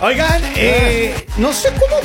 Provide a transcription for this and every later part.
Oigan, Ah. eh, no sé cómo,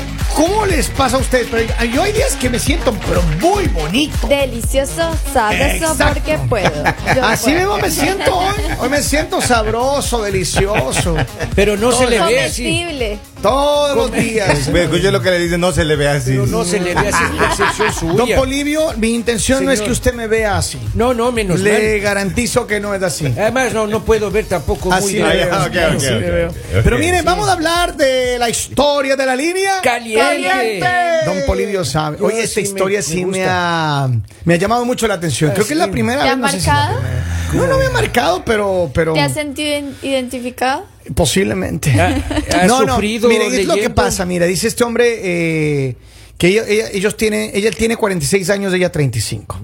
cómo les pasa a ustedes, pero yo hay días que me siento pero muy bonito. Delicioso, sabroso, Exacto. porque puedo. pues. Yo Así puedo. mismo me siento hoy. Hoy me siento sabroso, delicioso. Pero no se le ve así. Comestible. Todos los días. Ve, Escuche lo que le dicen, no se le ve así. Pero no se le ve así. Es una excepción Don suya. Polivio, mi intención no es Señor. Pues que usted me vea así. No, no, menos Le mal. garantizo que no es así. Además, no, no puedo ver tampoco muy Así bien. le Ah, veo. ya, ok, claro, ok, sí le ok, veo. ok, Pero ok. miren, vamos a hablar de la historia de la línea. Caliente. Don Polivio sabe. Yo Oye, esta sí me- historia me sí me gusta. ha, me ha llamado mucho la atención. Creo Ah, que es la sí. primera ¿Te vez. ha no sé si la marcado? primera. No, no me ha marcado, pero, pero ¿Te has sentido in- identificado? posiblemente. ¿Ha- ha sufrido Miren, es lo que leyendo? pasa. Mira, dice este hombre eh, que ella- ella- ellos tienen, ella tiene 46 años, ella 35.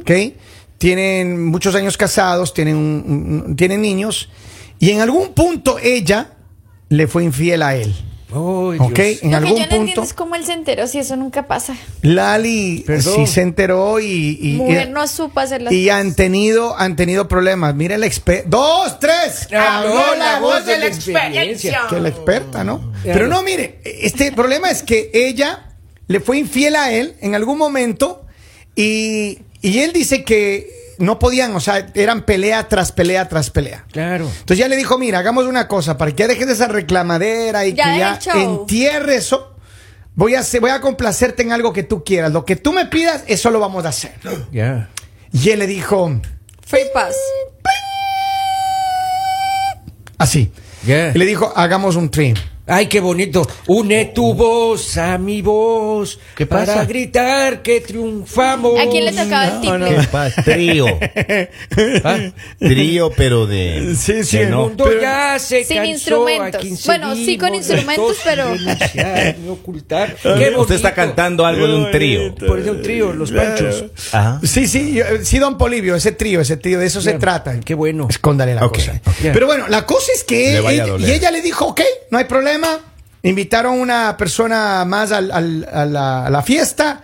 ¿Ok? Tienen muchos años casados, tienen, un- un- tienen niños. Y en algún punto ella le fue infiel a él. Ay, Dios. ¿Ok? En Lo que yo algún no entiendo punto. es cómo él se enteró si eso nunca pasa. Lali eh, Perdón. sí se enteró y, y- Mujer y- no supo hacer las y cosas. han tenido han tenido problemas. Mira la experta. ¡Dos, tres! Habló la voz de la experiencia. Que la experta, ¿no? Pero no, mire, este problema es que ella le fue infiel a él en algún momento y, y él dice que no podían, o sea, eran pelea tras pelea tras pelea. Claro. Entonces ya le dijo, mira, hagamos una cosa, para que ya dejes esa reclamadera y Ya que deja ya el show. entierre eso, voy a, hacer- voy a complacerte en algo que tú quieras. Lo que tú me pidas, eso lo vamos a hacer. Ya. Y él le dijo Free pass. así. Ya. Eh. Y le dijo, hagamos un trim. Ay, qué bonito. Une tu voz a mi voz ¿Qué para pasa? gritar que triunfamos. ¿A quién le tocaba el No, no, tiple? pa- Trío. ¿Ah? Trío, pero de. Sí, sí, de el El no. mundo ya se Sin cansó, instrumentos. aquí Bueno, sí con seguimos, instrumentos, retos, pero- denunciar, ni ocultar. Qué bonito. Usted está cantando algo de un trío. Por eso un trío, los panchos. Ajá. Sí, sí, yo- sí, don Polivio, ese trío, ese trío, de eso se Bien, trata. qué bueno. Escóndale la Ok, cosa. ok. Pero bueno, la cosa es que Le vaya ella- a doler. y ella le dijo, ok, no hay problema. Invitaron una persona más al- al- a, la, a la fiesta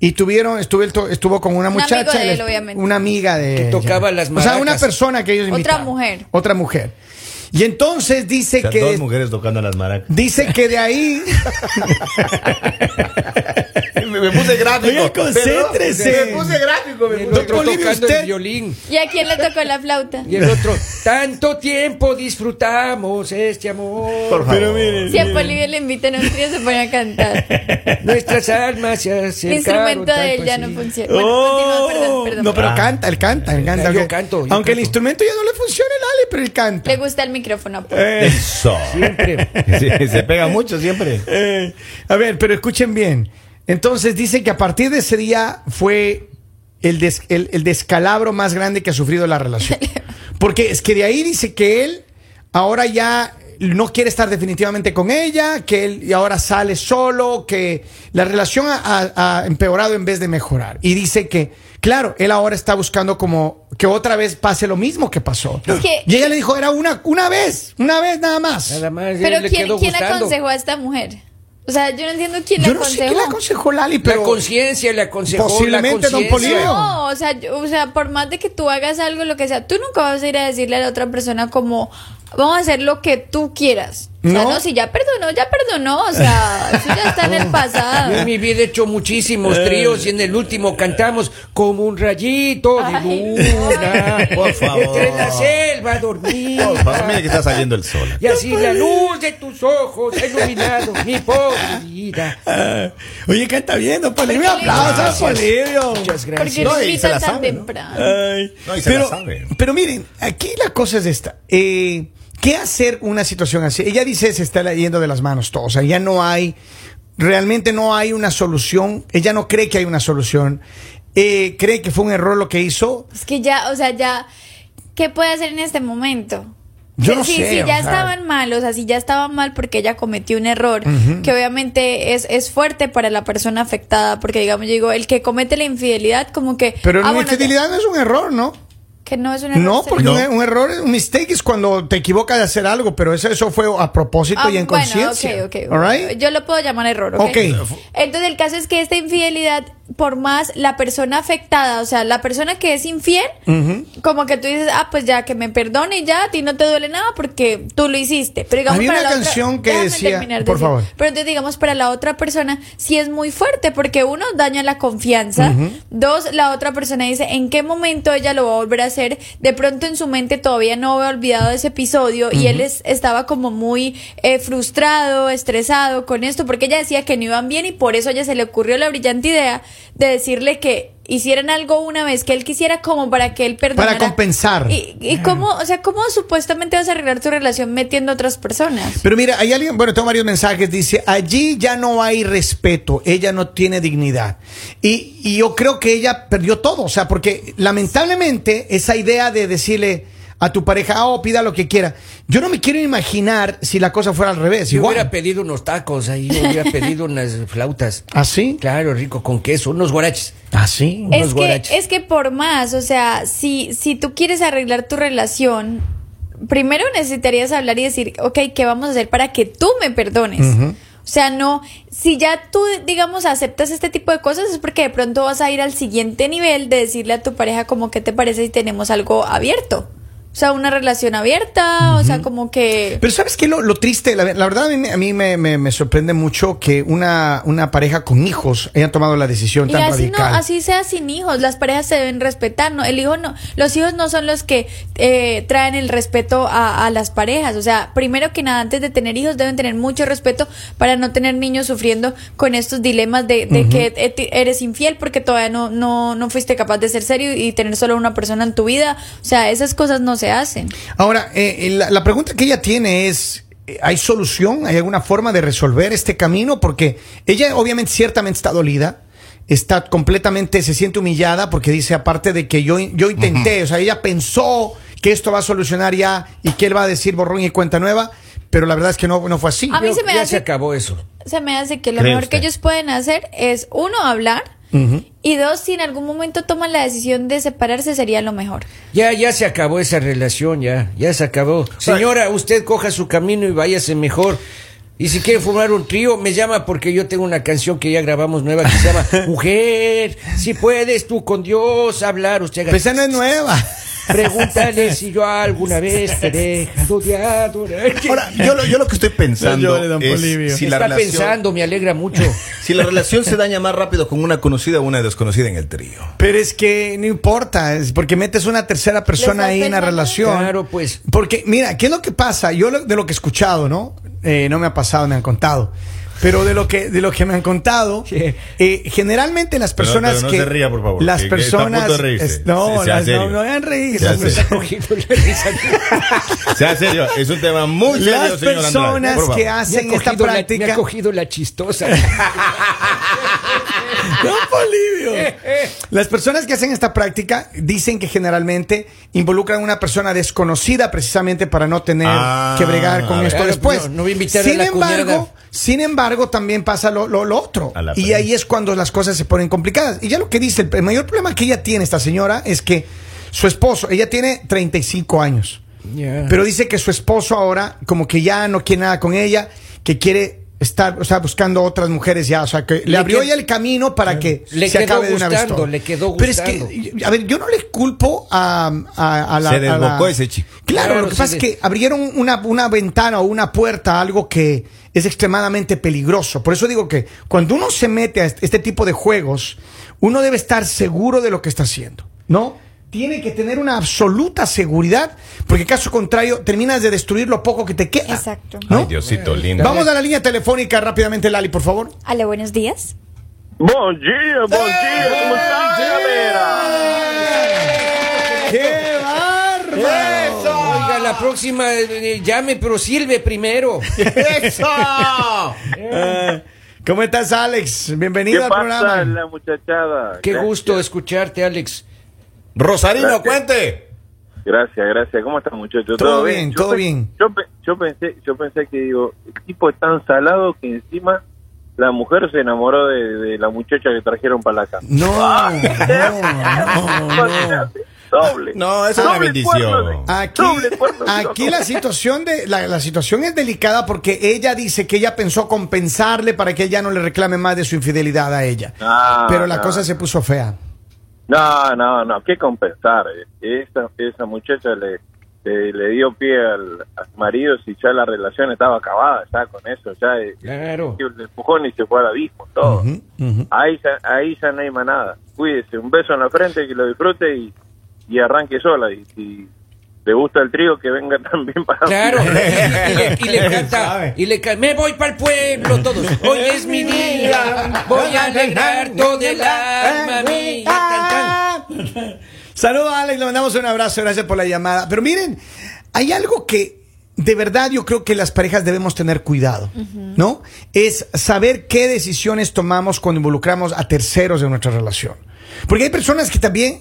y tuvieron, estuvo, estuvo con una amigo muchacha. de y la- él, obviamente. Una amiga de Que ella. tocaba las O sea, una maracas. persona que ellos Otra invitaron. mujer. Otra mujer. Y entonces dice O sea, que... dos mujeres tocando las maracas. Dice que de ahí. Me, puse gráfico. Oiga, concéntrese. gráfico. El Don otro Polibio, tocando usted- el violín. ¿Y a quién le tocó la flauta? Y el otro, tanto tiempo disfrutamos este amor. Por favor. Pero miren. Si a Polivio le invitan a un trío, se pone a cantar. Nuestras almas se El acercaron. instrumento tanto de él ya así. no funciona. Bueno, Oh, continúa, perdón, perdón. No, pero Ah. canta, él canta, él canta. Ah, yo aunque- canto, yo aunque el canto. instrumento ya no le funciona el Ale, pero él canta. Le gusta el micrófono. pues. Eh, Eso. Siempre. Sí, se pega mucho siempre. Eh, a ver, pero escuchen bien. Entonces dice que a partir de ese día fue el, des- el- el descalabro más grande que ha sufrido la relación. Porque es que de ahí dice que él ahora ya no quiere estar definitivamente con ella, que él y ahora sale solo, que la relación ha, ha- ha empeorado en vez de mejorar. Y dice que, claro, él ahora está buscando como que otra vez pase lo mismo que pasó. Es que- y ella le dijo, era una, una vez, una vez nada más. Nada más. él Pero le ¿quién, quedó ¿quién gustando. aconsejó a esta mujer? O sea, yo no entiendo quién la Yo no sé aconsejó. qué le aconsejó Lali, La pero... conciencia le aconsejó. Posiblemente la don conciencia. Polibio. No, o sea, yo- o sea, por más de que tú hagas algo, lo que sea, tú nunca vas a ir a decirle a la otra persona como, vamos a hacer lo que tú quieras. O sea, No. no, si ya perdonó, ya perdonó, o sea, eso ya está en el pasado. Yo en mi vida he hecho muchísimos tríos y en el último cantamos como un rayito de luna. Por favor. Entre la selva dormida. Por favor, mire que está saliendo el sol. Y así la luz de tus ojos ha iluminado mi pobre vida. Ah, oye, que está viendo, Polivio. Polibio. Aplausos, Polivio. Muchas Porque gracias. lo No, y se invitan la tan sabe, ¿no? temprano. Ay, No, y se la pero, sabe. pero miren, aquí la cosa es esta. Eh, ¿Qué hacer una situación así? Ella dice se está yendo de las manos todo. O sea, ya no hay, realmente no hay una solución. Ella no cree que hay una solución. Eh, cree que fue un error lo que hizo. Es que ya, o sea, ya, ¿qué puede hacer en este momento? Yo no si, sé, si o sea. ya estaban mal, o sea, si ya estaban mal porque ella cometió un error, que obviamente es, es fuerte para la persona afectada, porque digamos, yo digo, el que comete la infidelidad, como que... Pero ah, la bueno, ya- infidelidad no es un error, ¿no? Que no es una No, porque grosería. Un, un error, un mistake es cuando te equivocas de hacer algo, pero eso, eso fue a propósito Ah, y en bueno, conciencia. ok, ok. All right? Yo lo puedo llamar error, ¿ok? Ok. Entonces el caso es que esta infidelidad, por más la persona afectada, o sea, la persona que es infiel, como que tú dices, ah, pues ya que me perdone y ya, a ti no te duele nada porque tú lo hiciste. Pero digamos, Había para una la otra- canción que déjame decía- terminar de por decir. favor. Pero entonces digamos, para la otra persona sí es muy fuerte porque uno daña la confianza, dos, la otra persona dice, ¿en qué momento ella lo va a volver a hacer? De pronto en su mente todavía no había olvidado ese episodio y él es- estaba como muy eh, frustrado, estresado con esto porque ella decía que no iban bien y por eso a ella se le ocurrió la brillante idea de decirle que hicieran algo una vez que él quisiera como para que él perdonara. compensar. Y, y cómo, o sea, cómo supuestamente vas a arreglar tu relación metiendo a otras personas. Pero mira, hay alguien, bueno, tengo varios mensajes, dice, allí ya no hay respeto, ella no tiene dignidad. Y, y yo creo que ella perdió todo, o sea, porque lamentablemente esa idea de decirle a tu pareja, oh, pida lo que quiera, yo no me quiero imaginar si la cosa fuera al revés. Yo Igual. hubiera pedido unos tacos ahí, yo hubiera pedido unas flautas. ¿Así? Claro, rico, con queso, unos guaraches. ¿Así? unos es que, guaraches. es que por más, o sea, si, si tú quieres arreglar tu relación, primero necesitarías hablar y decir, ok, ¿qué vamos a hacer para que tú me perdones? O sea, no, si ya tú, digamos, aceptas este tipo de cosas, es porque de pronto vas a ir al siguiente nivel de decirle a tu pareja como qué te parece si tenemos algo abierto. O sea, una relación abierta, o sea, como que... Pero ¿sabes qué? Lo, lo triste, la, la verdad a mí, me- a mí me, me- me sorprende mucho que una, una pareja con hijos haya tomado la decisión Y tan así, no, radical. así sea sin hijos, las parejas se deben respetar, no, el hijo no, los hijos no son los que eh, traen el respeto a, a las parejas, o sea, primero que nada, antes de tener hijos deben tener mucho respeto para no tener niños sufriendo con estos dilemas de, de que et- eres infiel porque todavía no, no, no fuiste capaz de ser serio y tener solo una persona en tu vida, o sea, esas cosas no se hacen. Ahora, eh, eh, la, la pregunta que ella tiene es, eh, ¿hay solución? ¿Hay alguna forma de resolver este camino? Porque ella obviamente ciertamente está dolida. Está completamente, se siente humillada porque dice, aparte de que yo, yo intenté, o sea, ella pensó que esto va a solucionar ya y que él va a decir borrón y cuenta nueva, pero la verdad es que no, no fue así. A mí se me ya hace- se acabó eso. se me hace que lo ¿Cree mejor que usted? ellos pueden hacer es, uno, hablar. Y dos, si en algún momento toman la decisión de separarse, sería lo mejor. Ya, ya se acabó esa relación, ya, ya se acabó. Señora, usted coja su camino y váyase mejor. Y si quiere fumar un trío, me llama porque yo tengo una canción que ya grabamos nueva que se llama Mujer, si puedes tú con Dios hablar, usted haga- Pues esa no es nueva. Pregúntale si yo alguna vez te he dejado de adorar. Ahora, yo lo, yo lo que estoy pensando No llore, don Polibio. es si la, Está relación, pensando, me alegra mucho. si la relación se daña más rápido con una conocida o una desconocida en el trío. Pero es que no importa, es porque metes una tercera persona estás ahí en la pensando. relación. Claro, pues. Porque, mira, ¿qué es lo que pasa? Yo lo- de lo que he escuchado, ¿no? Eh, no me ha pasado, me han contado. Pero de lo que, de lo que me han contado, Sí. eh, generalmente las Pero- personas pero no que. se ría, por favor, Las que- que está a punto personas. de reírse. es- no, Sí, sea las- no, serio. no me han reído. Sea esas serio. personas. Cogiendo la risa. Sea serio, es un tema muy serio, Las señor Andrade. personas por favor. que Me ha hacen esta cogido la- me ha práctica. cogido la chistosa. No, Polibio. Las personas que hacen esta práctica dicen que generalmente involucran a una persona desconocida precisamente para no tener Ah, que bregar con a ver. esto Claro, pues después. no- no voy a invitar a sin la embargo, cuñada. sin embargo, también pasa lo, lo- lo otro. A la Y prensa. ahí es cuando las cosas se ponen complicadas. Y ya lo que dice, el, el mayor problema que ella tiene, esta señora, es que su esposo, ella tiene 35 años. Ya. Pero dice que su esposo ahora como que ya no quiere nada con ella, que quiere estar, o sea, buscando otras mujeres ya, o sea, que le, Le abrió qued- ya el camino para que Le se quedó acabe de una vez gustando, todo. le quedó Pero es gustando. que, y- a ver, yo no le culpo a, a- a la... Se a la- desbocó ese chico. Claro, Claro, lo que se pasa de- es que abrieron una, una ventana o una puerta a algo que es extremadamente peligroso. Por eso digo que cuando uno se mete a est- este tipo de juegos, uno debe estar seguro de lo que está haciendo, ¿no? Tiene que tener una absoluta seguridad, porque caso contrario, terminas de destruir lo poco que te queda. Exacto. ¿no? Ay, Diosito lindo. Vamos a la línea telefónica rápidamente, Lali, por favor. Ale, buenos días. Bom dia, bom dia, como está, galera? ¡Qué bárbaro! Oiga, la próxima eh, llame, pero sirve primero. ¿Cómo estás, Alex? Eh. ¿Qué Bienvenido al pasa, programa. la muchachada? Qué Gracias, gusto escucharte, Alex. Rosarino, Gracias. cuente. Gracias, gracias. ¿Cómo están, muchachos? Todo bien, Yo todo pe- bien. Yo, pe- yo pensé, yo pensé que digo, el tipo es tan salado que encima la mujer se enamoró de, de la muchacha que trajeron para la casa. No, no, no, no. Imagínate. Doble. No, eso es una Doble bendición. cuerno, Aquí, doble cuerno, aquí loco. la situación de la, la situación es delicada porque ella dice que ella pensó compensarle para que ella no le reclame más de su infidelidad a ella. Ah, Pero la no. cosa se puso fea. No, no, no, que compensar. Esa, esa muchacha le, le, le dio pie al, a su marido si ya la relación estaba acabada, ya con eso, ya eh, Claro. dio el empujón y se fue al abismo, todo. ahí, ya, ahí ya no hay más nada. Cuídese, un beso en la frente, que lo disfrute y, y arranque sola. Y si le gusta el trío, que venga también para... Claro, y, le- y le canta, Sabe. y le canta, me voy para el pueblo todos, hoy es mi día, voy a alegrar todo el alma mía. Tan, tan. Saludos a Alex, le mandamos un abrazo, gracias por la llamada. Pero miren, hay algo que de verdad yo creo que las parejas debemos tener cuidado, ¿no? Es saber qué decisiones tomamos cuando involucramos a terceros en nuestra relación. Porque hay personas que también...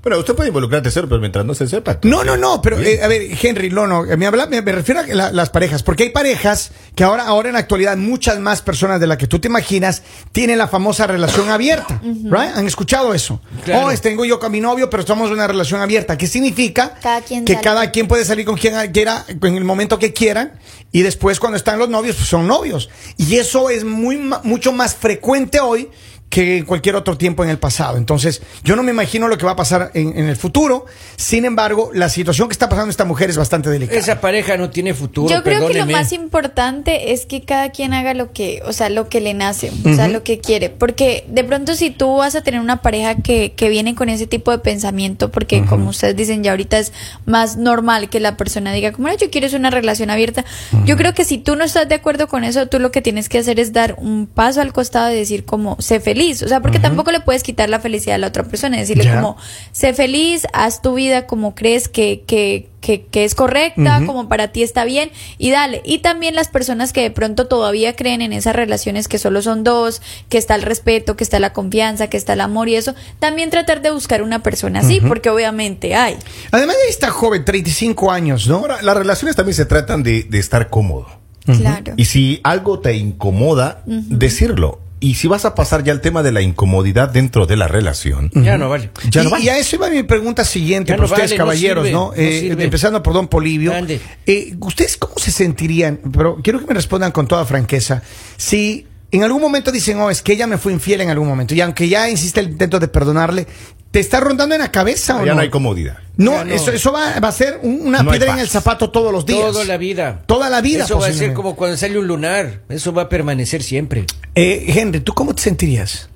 Bueno, usted puede involucrar a tercero, pero mientras no se sepa. No, no, no, pero Bien. eh, a ver, Henry, no, no, me, habla, me, me refiero a la- las parejas, porque hay parejas que ahora, ahora en la actualidad muchas más personas de las que tú te imaginas tienen la famosa relación abierta, ¿right? ¿Han escuchado eso? Claro. Oh, es- tengo yo con mi novio, pero estamos en una relación abierta, ¿qué significa? Cada quien que sale. cada quien puede salir con quien quiera, en el momento que quieran, y después cuando están los novios, pues son novios. Y eso es muy, ma- mucho más frecuente hoy que en cualquier otro tiempo en el pasado. Entonces, yo no me imagino lo que va a pasar en, en el futuro. Sin embargo, la situación que está pasando esta mujer es bastante delicada. Esa pareja no tiene futuro, Yo creo que perdóneme. lo más importante es que cada quien haga lo que, o sea, lo que le nace, o sea, lo que quiere. Porque de pronto si tú vas a tener una pareja que, que viene con ese tipo de pensamiento, porque como ustedes dicen ya ahorita es más normal que la persona diga, como "No, yo quiero es una relación abierta. Yo creo que si tú no estás de acuerdo con eso, tú lo que tienes que hacer es dar un paso al costado y decir como, sé feliz. O sea, porque tampoco le puedes quitar la felicidad a la otra persona, decirle Ya. como, sé feliz, haz tu vida como crees que, que, que, que es correcta, como para ti está bien, y dale. Y también las personas que de pronto todavía creen en esas relaciones que solo son dos, que está el respeto, que está la confianza, que está el amor y eso, también tratar de buscar una persona así, porque obviamente hay. Además, ella está joven, 35 años, ¿no? Ahora, las relaciones también se tratan de, de estar cómodo. Claro. Y si algo te incomoda, decirlo. Y si vas a pasar ya al tema de la incomodidad dentro de la relación. Ya no vale. y, y a eso iba mi pregunta siguiente Ya para no ustedes, vale, no caballeros, sirve, ¿no? no Eh, sirve. empezando por Don Polivio. Ande. Eh, ¿Ustedes cómo se sentirían? Pero quiero que me respondan con toda franqueza. Si en algún momento dicen, oh, es que ella me fue infiel en algún momento, y aunque ya insiste el intento de perdonarle, ¿te está rondando en la cabeza o ya no? no hay comodidad. No, Ya no. Eso, eso va, va a ser un- una No hay piedra en paz. el zapato todos los días. Toda la vida. Toda la vida, Eso va a ser posiblemente. como cuando sale un lunar. Eso va a permanecer siempre. Eh, Henry, ¿tú cómo te sentirías?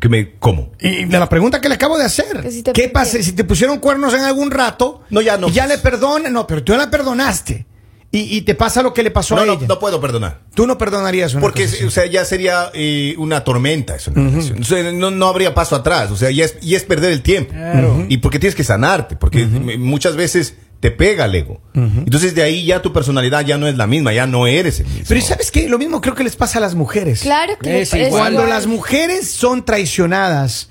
Que me como. Y de la pregunta que le acabo de hacer, Que si te ¿qué pusieron- pasa si te pusieron cuernos en algún rato? No, ya no. y Ya le perdonas, no, pero tú ya la perdonaste. Y, y te pasa lo que le pasó No, a no, ella. no puedo perdonar. tú no perdonarías una Porque cosa así. o sea, ya sería eh, una tormenta eso. una relación. O sea, no, no habría paso atrás. O sea, ya es, y es perder el tiempo. Claro. Y porque tienes que sanarte. Porque m- muchas veces te pega el ego. Entonces de ahí ya tu personalidad ya no es la misma. Ya no eres el mismo. Pero ¿y ¿sabes qué? Lo mismo creo que les pasa a las mujeres. Claro que le Es parece igual. Cuando igual. las mujeres son traicionadas,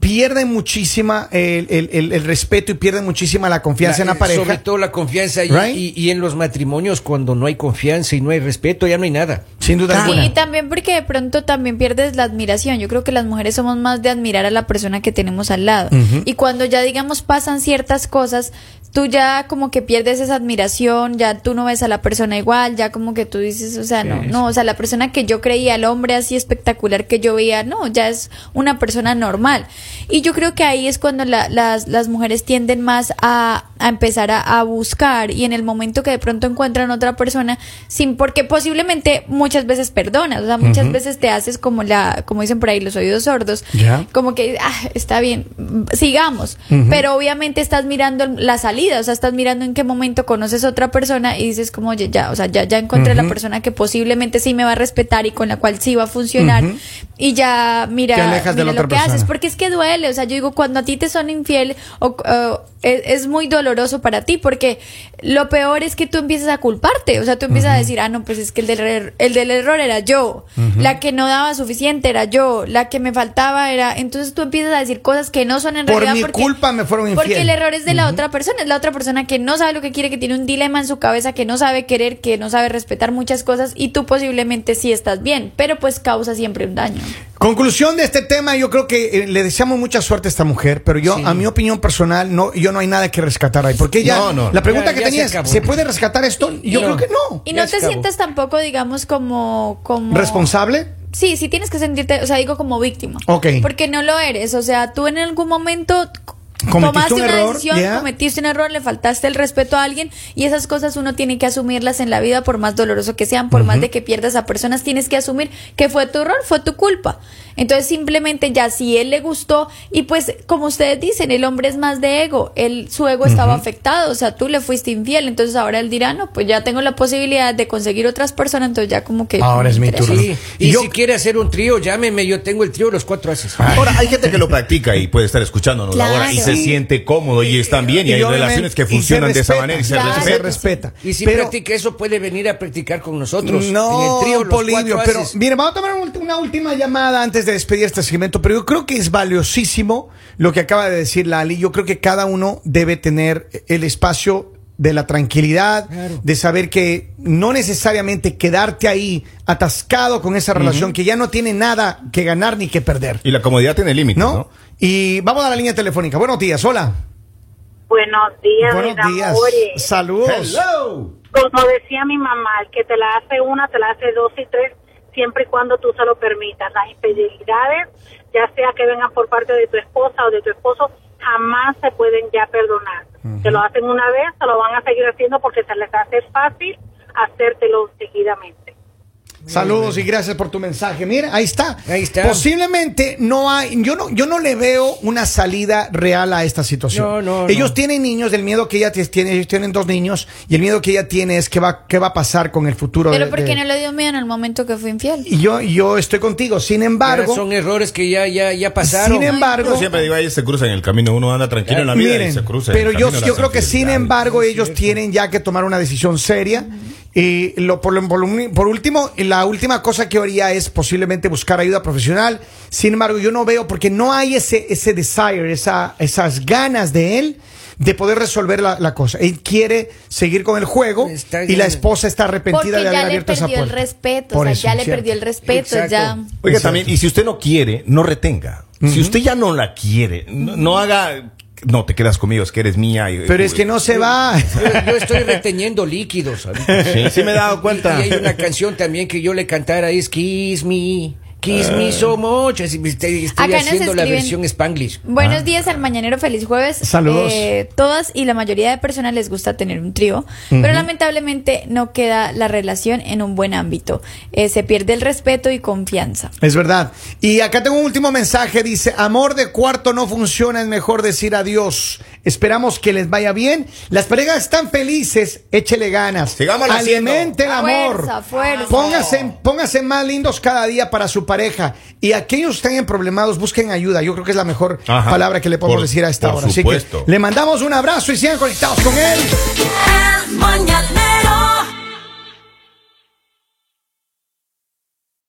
pierden muchísima el, el- el- el respeto y pierden muchísima la confianza en la eh, pareja. Sobre todo la confianza. Y, Right. y- y en los matrimonios, cuando no hay confianza y no hay respeto, ya no hay nada. sin duda Sí, alguna. y también porque de pronto también pierdes la admiración. Yo creo que las mujeres somos más de admirar a la persona que tenemos al lado. Y cuando ya, digamos, pasan ciertas cosas, tú ya como que pierdes esa admiración, ya tú no ves a la persona igual, ya como que tú dices, o sea, no, no, o sea, la persona que yo creía, el hombre así espectacular que yo veía, no, ya es una persona normal. Y yo creo que ahí es cuando la- las, las mujeres tienden más a, a empezar a, a buscar y en el momento que de pronto encuentran otra persona, sin porque posiblemente muchas veces perdonas, o sea, muchas veces te haces como la, como dicen por ahí, los oídos sordos, Ya. como que ah, está bien, mm, sigamos, pero obviamente estás mirando la salida, o sea, estás mirando en qué momento conoces a otra persona y dices como, oye, ya, o sea, ya, ya encontré la persona que posiblemente sí me va a respetar y con la cual sí va a funcionar y ya mira, Te alejas de mira la lo otra que haces, persona. porque es que duele, o sea, yo digo, cuando a ti te son infiel, o, o- es, es muy doloroso para ti, porque lo peor es que tú empiezas a culparte, o sea, tú empiezas a decir, ah, no, pues es que el del, er- el del error era yo, la que no daba suficiente era yo, la que me faltaba era, entonces tú empiezas a decir cosas que no son en Por realidad. mi porque, culpa me fueron Porque infiel. el error es de la otra persona, es la otra persona que no sabe lo que quiere, que tiene un dilema en su cabeza, que no sabe querer, que no sabe respetar muchas cosas, y tú posiblemente sí estás bien, pero pues causa siempre un daño. Conclusión de este tema, yo creo que eh, le deseamos mucha suerte a esta mujer, pero yo, a mi opinión personal, no, yo no hay nada que rescatar ahí. Porque ya, No, no, la pregunta Ya- que ya se tenías, ¿se, acabó. puede rescatar esto? Yo No. creo que no. Y Ya no se te acabó. sientas tampoco, digamos, como... como... ¿Responsable? Sí, sí tienes que sentirte, o sea, digo como víctima. Ok. Porque no lo eres, o sea, tú en algún momento c- Cometiste tomaste un una error, decisión, ya. cometiste un error, le faltaste el respeto a alguien y esas cosas uno tiene que asumirlas en la vida por más doloroso que sean, por más de que pierdas a personas, tienes que asumir que fue tu error, fue tu culpa. Entonces simplemente ya si él le gustó y pues como ustedes dicen, el hombre es más de ego, él, su ego estaba afectado, o sea, tú le fuiste infiel, entonces ahora él dirá, no, pues ya tengo la posibilidad de conseguir otras personas, entonces ya como que... Ahora es mi turno. Sí, Y y, yo- Ah, si quiere hacer un trío, llámeme, yo tengo el trío, los cuatro haces. Ahora, hay gente que lo practica y puede estar escuchándonos Claro. ahora y se Sí. siente cómodo y están bien y, hay obviamente- relaciones y que se funcionan de esa respeta, manera y se Claro. Se respetan. respeta. Y si Pero- practica eso, puede venir a practicar con nosotros. en No, el trío, los Polibio, cuatro pero haces. mire, vamos a tomar un ulti- una última llamada antes de despedir este segmento, pero yo creo que es valiosísimo lo que acaba de decir Lali. Yo creo que cada uno debe tener el espacio de la tranquilidad, Claro. de saber que no necesariamente quedarte ahí atascado con esa relación que ya no tiene nada que ganar ni que perder, Y la comodidad tiene límites, ¿no? ¿no? Y vamos a la línea telefónica. Buenos días, hola. Buenos días, Buenos mis días. amores. Saludos. Como decía mi mamá, el que te la hace una, te la hace dos y tres, siempre y cuando tú se lo permitas. Las infidelidades, ya sea que vengan por parte de tu esposa o de tu esposo, jamás se pueden ya perdonar. Te lo hacen una vez, te lo van a seguir haciendo porque se les hace fácil hacértelo seguidamente. Saludos y gracias por tu mensaje. Mira, ahí está. Ahí está. Posiblemente no hay, yo no, yo no le veo una salida real a esta situación. No, no, ellos no. tienen niños, el miedo que ella tie- tiene, ellos tienen dos niños y el miedo que ella tiene es qué va, qué va a pasar con el futuro. Pero de- ¿por de- qué no le dio miedo en el momento que fue infiel? Y yo, yo estoy contigo. Sin Ya embargo, son errores que ya, ya, ya pasaron. sin embargo, Yo siempre digo, ahí se cruzan en el camino, uno anda tranquilo en la vida y Miren, se cruza. en el Pero yo, camino de yo las creo que sin infidelidades. embargo ellos tienen ya que tomar una decisión seria. Y lo, por, lo- por lo- por último, la última cosa que yo haría es posiblemente buscar ayuda profesional. Sin embargo, yo no veo, porque no hay ese, ese desire, esa, esas ganas de él de poder resolver la, la cosa. Él quiere seguir con el juego Está y la bien. esposa está arrepentida Porque de haber ya le abierto esa perdió puerta. el respeto, Por o sea, eso, ya le cierto. perdió el respeto, ya. Exacto. Oiga, Exacto. también, y si usted no quiere, no retenga. Si usted ya no la quiere, no, no haga, no te quedas conmigo, es que eres mía. y- pues, Pero es que no se va. Yo, yo estoy reteniendo líquidos. ahorita. Sí, sí me he dado cuenta. Y hay una canción también que yo le cantara es Kiss Me, Kiss Ah. Me So Much. Así me Estoy, estoy Acá nos haciendo la escriben- versión Spanglish. Buenos días al mañanero, feliz jueves. Ah. Saludos. Eh, todas y la mayoría de personas les gusta tener un trío, pero lamentablemente no queda la relación en un buen ámbito. Eh, se pierde el respeto y confianza. Es verdad. Y acá tengo un último mensaje. Dice, amor de cuarto no funciona, es mejor decir adiós. Esperamos que les vaya bien. Las parejas están felices, échele ganas. Sigámoslo haciendo. Alimente el amor. Fuerza, fuerza. Póngase, póngase más lindos cada día para su pareja. Y aquellos que estén problemados, busquen ayuda. Yo creo que es la mejor Ajá. palabra que le podemos Por- decir a esta por hora. supuesto. Así que le mandamos un abrazo y sigan conectados con él.